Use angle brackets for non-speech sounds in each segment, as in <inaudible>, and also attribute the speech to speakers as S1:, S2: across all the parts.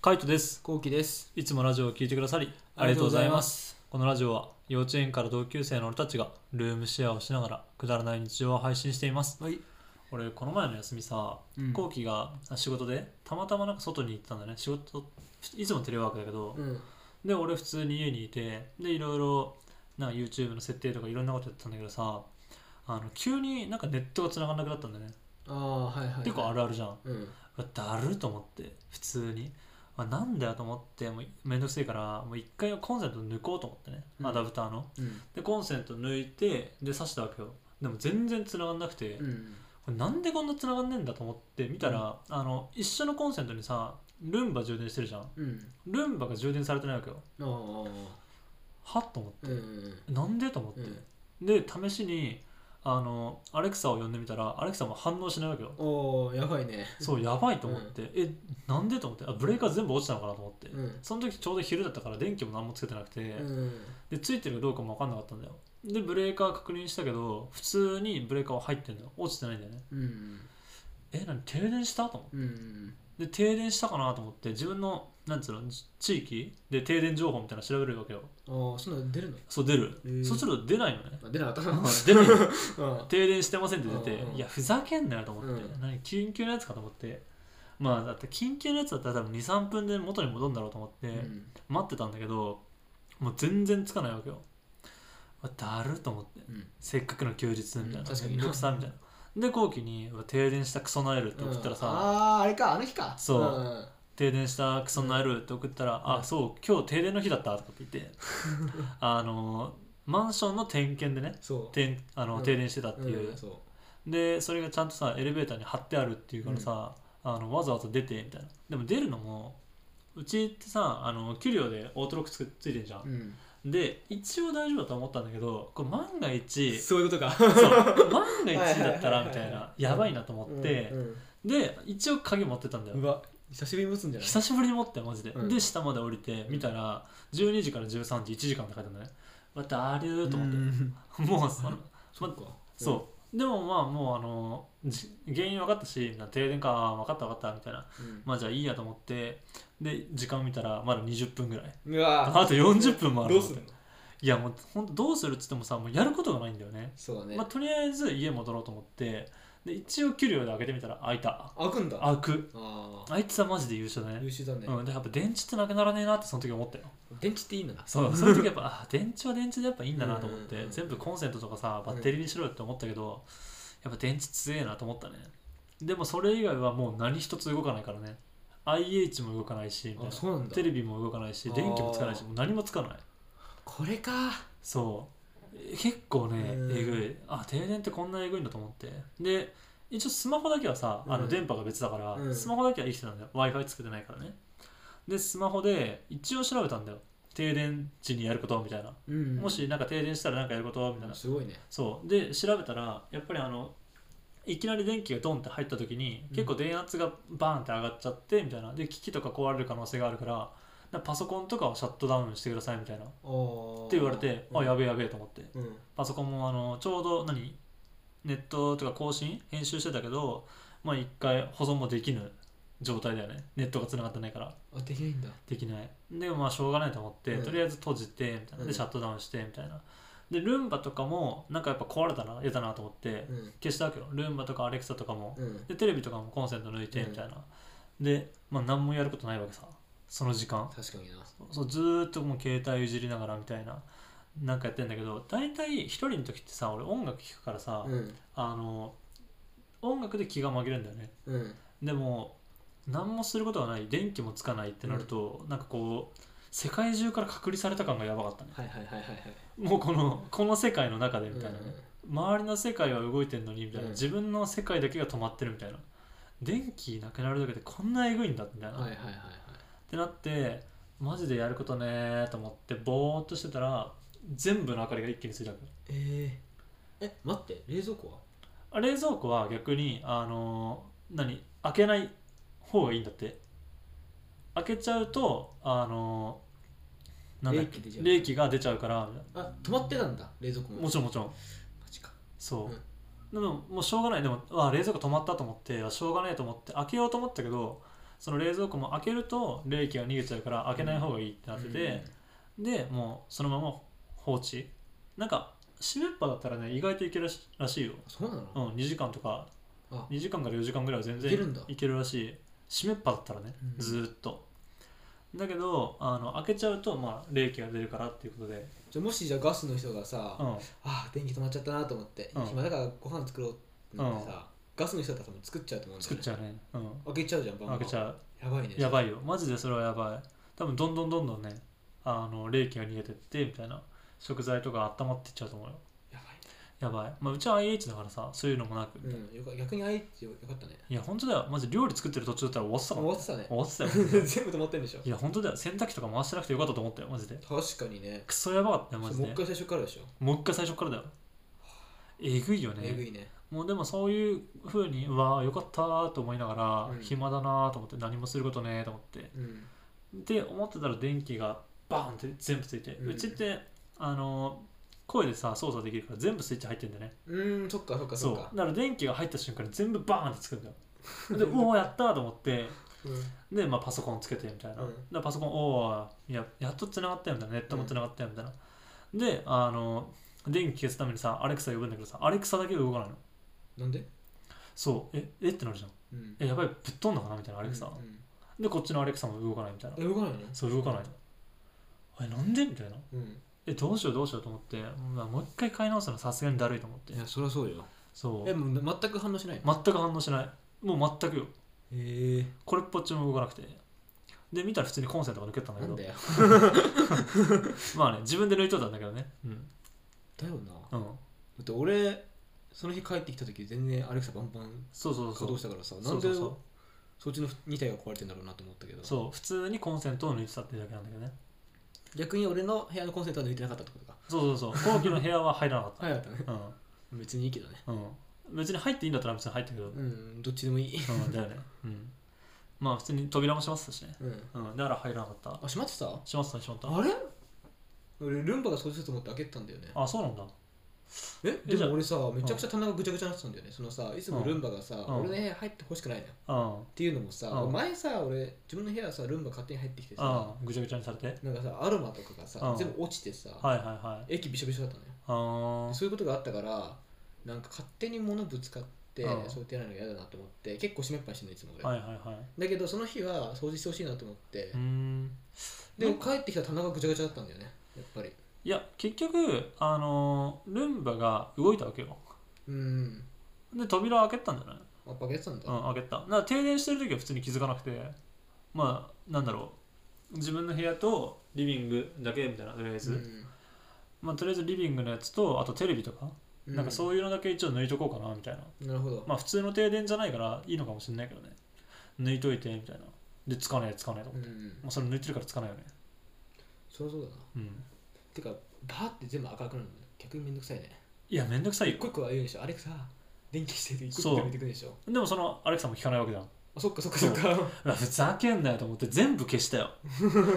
S1: カイトです
S2: こうきです
S1: いつもラジオを聞いてくださりありがとうございますこのラジオは幼稚園から同級生の俺たちがルームシェアをしながらくだらない日常を配信しています
S2: はい、
S1: 俺この前の休みさ
S2: うん
S1: 後期があ仕事でたまたまなんか外に行ったんだね仕事いつもテレワークだけど
S2: うん
S1: で俺普通に家にいてでいろいろなんか YouTube の設定とかいろんなことやってたんだけどさあの急になんかネットが繋がんなくなったんだね
S2: ああはいはい、はい、
S1: 結構あるあるじゃん
S2: うん
S1: うわだると思って普通にあなんだよと思ってもうめんどくせえからもう一回コンセント抜こうと思ってね、
S2: うん
S1: アダプターの
S2: うん
S1: でコンセント抜いてで挿したわけよでも全然繋がんなくて、
S2: う
S1: こ
S2: ん
S1: れなんでこんな繋がんねえんだと思って見たら、あの一緒のコンセントにさルンバ充電してるじゃん
S2: うん
S1: ルンバが充電されてないわけよ
S2: あ
S1: は
S2: あ
S1: っと思っ
S2: う
S1: て、
S2: んうん
S1: なんでと思って、
S2: うん
S1: で試しにあのアレクサを呼んでみたらアレクサも反応しないわけよ
S2: おーやばいね
S1: そうやばいと思って、えなんでと思ってあブレーカー全部落ちたのかなと思って、
S2: うん
S1: その時ちょうど昼だったから電気も何もつけてなくて、
S2: うん
S1: でついてるかどうかも分かんなかったんだよでブレーカー確認したけど普通にブレーカーは入ってんだよ落ちてないんだよね
S2: うん
S1: え何停電したと思っ
S2: うん
S1: てで停電したかなと思って自分のなんつうのじ地域で停電情報みたいなの調べるわけよ
S2: ああそんなの出るの
S1: そう出る、
S2: へー
S1: そうすると出ないのね
S2: あ出な
S1: <laughs>
S2: かったな
S1: 出ない
S2: <laughs> うん
S1: 停電してませんって出て
S2: うんうん
S1: いやふざけんなよと思って、
S2: うん
S1: 何緊急のやつかと思ってまあだって緊急のやつだったら多分23分で元に戻るんだろうと思って、
S2: うん
S1: 待ってたんだけどもう全然つかないわけようわだると思って
S2: うん
S1: せっかくの休日みたいな、
S2: うん確かに
S1: めんどくさみたいなで後期にうわ停電したクソなエルって送ったらさ、
S2: あああれかあの日か
S1: そうん停電したクソなエルって送ったら、あそう今日停電の日だったとかって言
S2: <laughs>
S1: ってあのマンションの点検でね
S2: そう
S1: てんあの
S2: うん
S1: 停電してたっていう、
S2: うんそ
S1: でそれがちゃんとさエレベーターに貼ってあるっていうからさ、あのわざわざ出てみたいなでも出るのもうちってさあの給料でオートロックつくついてんじゃん
S2: う、うん、
S1: で一応大丈夫だと思ったんだけどこれ万が一
S2: <laughs> そういうことか
S1: そう万が一だったらみたい
S2: はいはいはい
S1: な
S2: は
S1: やばいなと思って、
S2: <laughs> うん
S1: で一応鍵持ってたんだ
S2: うんう
S1: よ
S2: わ久しぶりに持つんじゃない
S1: 久しぶりに持ってマジで、
S2: うん
S1: で下まで降りて見たら12時から13時1時間って書いてあるんだねまたあれーと思って、 <laughs> もうその
S2: そっか
S1: そうでもまあもうあのじ原因分かったしみたいな停電か分かった分かったみたいな
S2: うん
S1: まあじゃあいいやと思ってで時間見たらまだ20分ぐらいう
S2: わ
S1: あと40分もある
S2: どうすんの
S1: いやもうほんとどうするっつってもさもうやることがないんだよね
S2: そうだね
S1: まあ、とりあえず家戻ろうと思ってで一応給料で開けてみたら開いた
S2: 開くんだあ
S1: 開く
S2: あ
S1: あいつはマジで優秀だ
S2: 優
S1: ね
S2: 秀だね、
S1: うん、でやっぱ電池ってなくならねえなってその時思ったよ
S2: 電池っていいんだな
S1: そうその時やっぱあ電池は電池でやっぱいいんだなと思って、
S2: うんうんうん
S1: 全部コンセントとかさバッテリーにしろよって思ったけど、やっぱ電池強えなと思ったねでもそれ以外はもう何一つ動かないからね IH も動かないしみたいな
S2: あそうなんだ
S1: テレビも動かないし電気もつかないし
S2: あー
S1: もう何もつかない
S2: これか
S1: そうえ結構ね
S2: うん
S1: えぐいあ停電ってこんなえぐいんだと思ってで一応スマホだけはさあ
S2: う
S1: の
S2: ん
S1: 電波が別だから、
S2: うん
S1: スマホだけは生きてたんだよ w i f i つけてないからねでスマホで一応調べたんだよ停電時にやることみたいな、
S2: うん
S1: もしなんか停電したらなんかやることみたいな、
S2: すごいね
S1: そうで調べたらやっぱりあのいきなり電気がドンって入った時に結構電圧がバーンって上がっちゃってみたいなで機器とか壊れる可能性があるからなんかパソコンとかをシャットダウンしてくださいみたいなっ
S2: あって
S1: 言われて、あやべえやべえと思って
S2: うん
S1: パソコンもあのちょうど何ネットとか更新編集してたけどまあ一回保存もできぬ状態だよねネットが繋がってないから
S2: あできないんだ
S1: できないでまあしょうがないと思って、
S2: うん
S1: とりあえず閉じてみたいな
S2: う
S1: で
S2: ん
S1: シャットダウンしてみたいなでルンバとかもなんかやっぱ壊れたな嫌だなと思って
S2: うん
S1: 消したわけよルンバとかアレクサとかも
S2: うん
S1: でテレビとかもコンセント抜いて
S2: うん
S1: みたいな、でまあ何もやることないわけさその時間
S2: 確かにな
S1: そうずーっともう携帯いじりながらみたいななんかやってんだけど大体一人の時ってさ俺音楽聴くからさ、
S2: うん
S1: あの音楽で気が紛れるんだよね
S2: うん
S1: でも何もすることがない電気もつかないってなると、なんかこう世界中から隔離された感がやばかったね
S2: はいはいはいはいはい
S1: もうこのこの世界の中でみたいなね、
S2: うん
S1: 周りの世界は動いてんのにみたいな、
S2: うん
S1: 自分の世界だけが止まってるみたいな電気なくなるだけでこんなえぐいんだみたいな、
S2: はいはい
S1: っ
S2: はいはい
S1: てなってマジでやることねーと思ってぼーっとしてたら全部の明かりが一気についたわけ
S2: えー、え待って冷蔵庫は
S1: あ冷蔵庫は逆にあのー何開けない方がいいんだって開けちゃうとあのーなんだっけ
S2: 冷気出ちゃう
S1: 冷気が出ちゃうから
S2: あ止まってたんだ冷蔵庫も
S1: もちろんもちろん
S2: マジか
S1: そう、
S2: うん
S1: でももうしょうがないでもあ冷蔵庫止まったと思ってあしょうがないと思って開けようと思ったけどその冷蔵庫も開けると冷気が逃げちゃうから開けない方がいいってなってて、でもうそのまま放置なんか湿っぱだったらね意外といけるらしいよ、
S2: そうなの、
S1: うん、2時間とか
S2: あ
S1: 2時間から4時間ぐらいは全然
S2: いけるんだ
S1: いけるらしい湿っぱだったらね、
S2: うん
S1: ずーっとだけどあの開けちゃうと、まあ、冷気が出るからっていうことで、
S2: じゃあもしじゃあガスの人がさ、
S1: う
S2: あ
S1: ん、
S2: あ電気止まっちゃったなと思って、
S1: うん
S2: 暇だからご飯作ろうってなってさ、ガスの人だったら多分作っちゃうと思うんだよ
S1: 作
S2: ね
S1: っちゃうね、うん、
S2: 開けちゃうじゃんバン
S1: 開
S2: バン
S1: けちゃう
S2: やばいね
S1: やばいよマジでそれはやばい多分どんどんどんどんねあの冷気が逃げてってみたいな食材とか温まっていっちゃうと思うよ
S2: や
S1: やばい、まあ、うちは IH だからさそういうのもなく、
S2: ばいね、うん、よか逆にあいってよかったね
S1: いや本当だよマジ料理作ってる途中だったら終わってたか
S2: 終
S1: も
S2: わ
S1: ん
S2: ってたね
S1: 終わってたよ
S2: <laughs> 全部止まってんでしょ
S1: いや本当だよ洗濯機とか回してなくてよかったと思ったよマジで
S2: 確かにね
S1: クソやばかったよ
S2: も
S1: マ
S2: う
S1: ジで
S2: 一回最初からでしょ
S1: もう一回最初からだよえぐいよ
S2: えぐ
S1: ね
S2: いね
S1: もうでもそういうふうにうわあよかったーと思いながら、
S2: うん
S1: 暇だなーと思って何もすることねーと思って
S2: うん
S1: で思ってたら電気がバーンって全部ついて、う
S2: うん
S1: ちってあの声でさ操作できるから全部スイッチ入ってんだよね
S2: うーんそっかそっか
S1: そ
S2: そうっか
S1: だから電気が入った瞬間に全部バーンってつくんだよ
S2: <laughs>
S1: でおおやったーと思って
S2: うん
S1: で、まあ、パソコンつけてみたいな、
S2: うん
S1: だからパソコンおおややっとつながったよみたいなネットもつながったよみたいな、であの電気消すためにさアレクサ呼ぶんだけどさアレクサだけ動かないの
S2: なんで
S1: そうええってなるじゃん
S2: うん
S1: えやばいぶっ飛んだかなみたいなアレクサ、
S2: うんうん
S1: でこっちのアレクサも動かないみたいな
S2: え動かないの
S1: そう動かないのえなんでみたいな
S2: うん
S1: えどうしようどうしようと思ってまあもう一回買い直すのさすがにだるいと思って
S2: そりゃそうよ
S1: そう
S2: え
S1: 全
S2: もう全く反応しないの
S1: く反応しないもう全くよ
S2: へえ
S1: これっぽっちも動かなくてで見たら普通にコンセントが抜けてたんだ
S2: な
S1: け
S2: ん
S1: ど
S2: だよ
S1: まあね自分で抜いといたんだけどねうん
S2: だよな
S1: う
S2: だ
S1: ん
S2: って俺その日帰ってきた時全然アレクサバンバン
S1: そうそうそ
S2: 稼働
S1: う
S2: したからさな
S1: そ
S2: ん
S1: う
S2: で
S1: そう
S2: そ
S1: そう
S2: っちの2体が壊れてんだろうなと思ったけど
S1: そう普通にコンセントを抜いてたってだけなんだけどね
S2: 逆に俺の部屋のコンセントは抜いてなかったってことか
S1: そうそうそう後期の部屋は入らなかっ
S2: はいだったね
S1: た
S2: 別にいいけどね
S1: うんうん別に入っていいんだったら別に入ったけど
S2: うんどっちでもいい
S1: うんだよねうんまあ普通に扉も閉まってたしね
S2: うん
S1: うんだから入らなかった
S2: あ閉まってた
S1: 閉まってた閉まって
S2: あれ俺ルンバが掃除すると思って開けてたんだよね
S1: たあそうなんだ
S2: え
S1: え
S2: で
S1: じゃあ
S2: も俺さめちゃくちゃ棚がぐちゃぐちゃになってたんだよねそのさいつもルンバがさ
S1: ん
S2: 俺の部屋入ってほしくないのよ
S1: う
S2: っ
S1: ん
S2: ていうのもさ
S1: うん
S2: 前さ俺自分の部屋さルンバ勝手に入ってきてさ
S1: うんぐちゃぐちゃにされて
S2: なんかさアロマとかが
S1: う
S2: さ
S1: ん
S2: 全部落ちてさ
S1: はいはいはい
S2: 液びしょびしょだったのよ
S1: あー
S2: そういうことがあったからなんか勝手に物ぶつかって
S1: うん
S2: そうやってやらないのが嫌だなと思って結構湿っぱいしてんのいつも俺
S1: はいはいはい
S2: だけどその日は掃除してほしいなと思って
S1: うーん
S2: で帰ってきた棚がぐちゃぐちゃだったんだよねやっぱり
S1: いや結局あのールンバが動いたわけよ
S2: うん
S1: で扉開けたんじゃない
S2: あっぱげてたんだ
S1: うん開けただから停電してる時は普通に気づかなくてまあなんだろう自分の部屋とリビングだけみたいなとりあえず、まあとりあえずリビングのやつとあとテレビとか、なんかそういうのだけ一応抜いとこうかなみたいな
S2: うんなるほど
S1: まあ普通の停電じゃないからいいのかもしれないけどね抜いといてみたいなでつかねえつかねえと
S2: う
S1: 思って、
S2: ん
S1: まあそれ抜いてるからつかないよね
S2: そりゃそうだな
S1: うん
S2: てかバーって全部赤くなるの逆にめんどくさいね
S1: いやめんどくさい
S2: 一
S1: よ
S2: 個一個は言うんでしょアレクサ電気してる一
S1: そう
S2: 個一個見てくんでしょ
S1: でもそのアレクサも聞かないわけじゃん
S2: あそっかそっかそっか
S1: うわふざけんなよと思って全部消したよ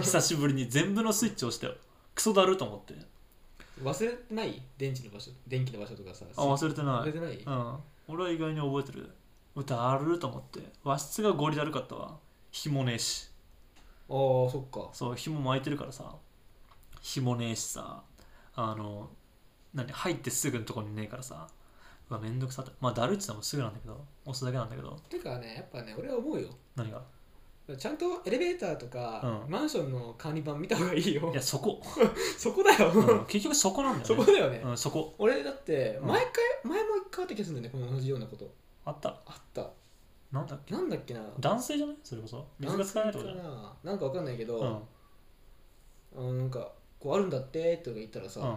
S1: 久しぶりに全部のスイッチ押したよクソだると思って
S2: <laughs> 忘れてない電池の場所電気の場所とかさ
S1: あ忘れてな
S2: 忘れ
S1: い、
S2: てない
S1: うん、俺は意外に覚えてるうわだると思って和室がゴリだるかったわ紐ねえし
S2: あーそっか
S1: そう紐巻いてるからさ紐ねえしさあの何入ってすぐのとこにねえからさうわめんどくさってまあだるいって言ってもすぐなんだけど押すだけなんだけど
S2: てかねやっぱね俺は思うよ
S1: 何が
S2: ちゃんとエレベーターとか、
S1: うん
S2: マンションの管理板見た方がいいよ
S1: いやそこ、
S2: そこだよ、
S1: うん結局そこなんだよね
S2: <laughs> そこだよね、
S1: うん、そこ
S2: 俺だって
S1: うん
S2: 毎回、前も一回あった気がするんだよねこの同じようなこと
S1: あった
S2: あった
S1: なんだっけ
S2: なんだっけな
S1: 男性じゃないそれこそ水が使えないとかじゃない
S2: ななんかわかんないけ
S1: うん
S2: ど、あのなんかこうあるんだってとか言ったらさ、
S1: うん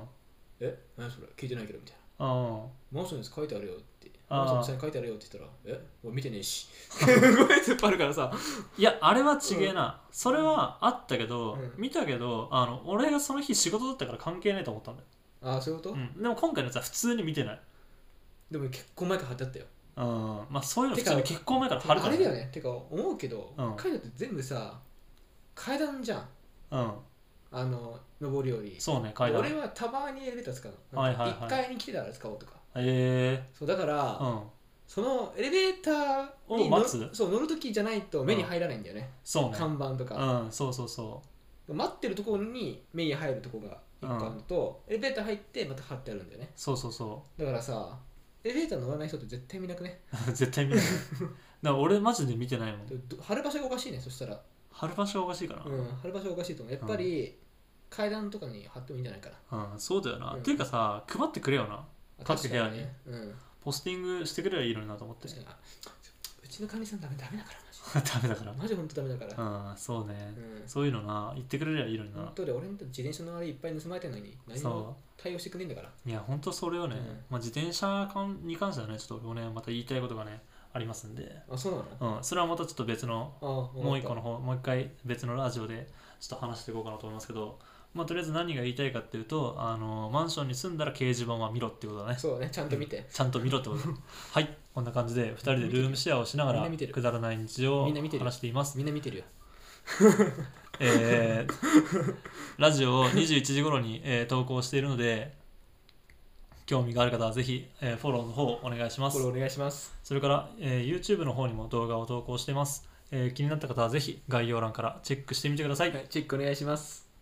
S2: え何それ聞いてないけどみたい
S1: うん
S2: なマンションです書いてあるよって
S1: あー
S2: マンションの下に書いてあるよって言ったらえ俺見てね
S1: <laughs>
S2: えしすごい突っ張るからさ
S1: いやあれはちげえな、それはあったけど、
S2: うん
S1: 見たけどあの俺がその日仕事だったから関係ないと思ったんだよ、
S2: ああそういうこ
S1: う
S2: と、
S1: ん、でも今回のやつは普通に見てない
S2: でも結構前から貼ってあったよ
S1: うんまあそういうの普
S2: てか
S1: 通に結婚前から貼るか
S2: あ
S1: ら
S2: れだよねてか思うけど、
S1: うん
S2: 書いてあって全部さ階段じゃん
S1: うん
S2: あの上り下り
S1: そうね階段
S2: 俺はたまにエレベーター使うの、
S1: はいはいはい
S2: 1階に来てたら使おうとか
S1: え
S2: そうだから、
S1: えー、うん
S2: そのエレベーターに
S1: を
S2: 乗
S1: 待つ
S2: そう乗る時じゃないと目に入らないんだよね、
S1: そうね
S2: 看板とか、
S1: うんそうそうそ
S2: 待ってるところに目に入るところが一個あるのと、エレベーター入ってまた貼ってあるんだよね
S1: うそうそうそ
S2: だからさエレベーター乗らない人って絶対見なくね
S1: う <laughs> 絶対見
S2: <laughs>
S1: ないだから俺マジで見てないもん
S2: ど貼る場所がおかしいねそしたら、
S1: 春場所はおかしいかな
S2: うん、貼る場所がおかしいと思うやっぱり階段とかに貼ってもいいんじゃないかな
S1: うん、そうだよな、
S2: うん
S1: っていうかさ配ってくれよな
S2: あ
S1: 各部屋に
S2: 確かうん、
S1: ポスティングしてくれりゃいいのになと思って
S2: 確かにあうちの管理さんダメダメだから
S1: <laughs> ダメだか、
S2: マジ本当ダメだから
S1: うん、そうね
S2: う、ん
S1: そういうのな言ってくれりゃいいのに
S2: 本
S1: な、
S2: 当で俺にと自転車のあれいっぱい盗まれてるのに何も
S1: そ
S2: 対応してくれんだから
S1: ういやほんとそれをね、
S2: うん
S1: まあ、自転車関に関してはねちょっと俺もねまた言いたいことがねありますんで、
S2: あそうなの
S1: うん、それはまたちょっと別の
S2: あも
S1: もう一個の方もう一回別のラジオでちょっと話していこうかなと思いますけどまあとりあえず何が言いたいかっていうとあのマンションに住んだら掲示板は見ろってことだね
S2: そうだねちゃんと見て、
S1: ちゃんと見ろって
S2: <laughs>
S1: ことはいこんな感じで2人でルームシェアをしなが
S2: みん
S1: ら
S2: な見てる
S1: くだらない日常を
S2: みんな見てる
S1: 話しています
S2: みんな見てるよ
S1: えーラジオを21時頃に、えー投稿しているので興味がある方はぜひ、えーフォローの方お願いしま
S2: こ
S1: す
S2: れお願いします
S1: それから、えー YouTube の方にも動画を投稿しています、えー気になった方はぜひ概要欄からチェックしてみてください
S2: はいチェックお願いします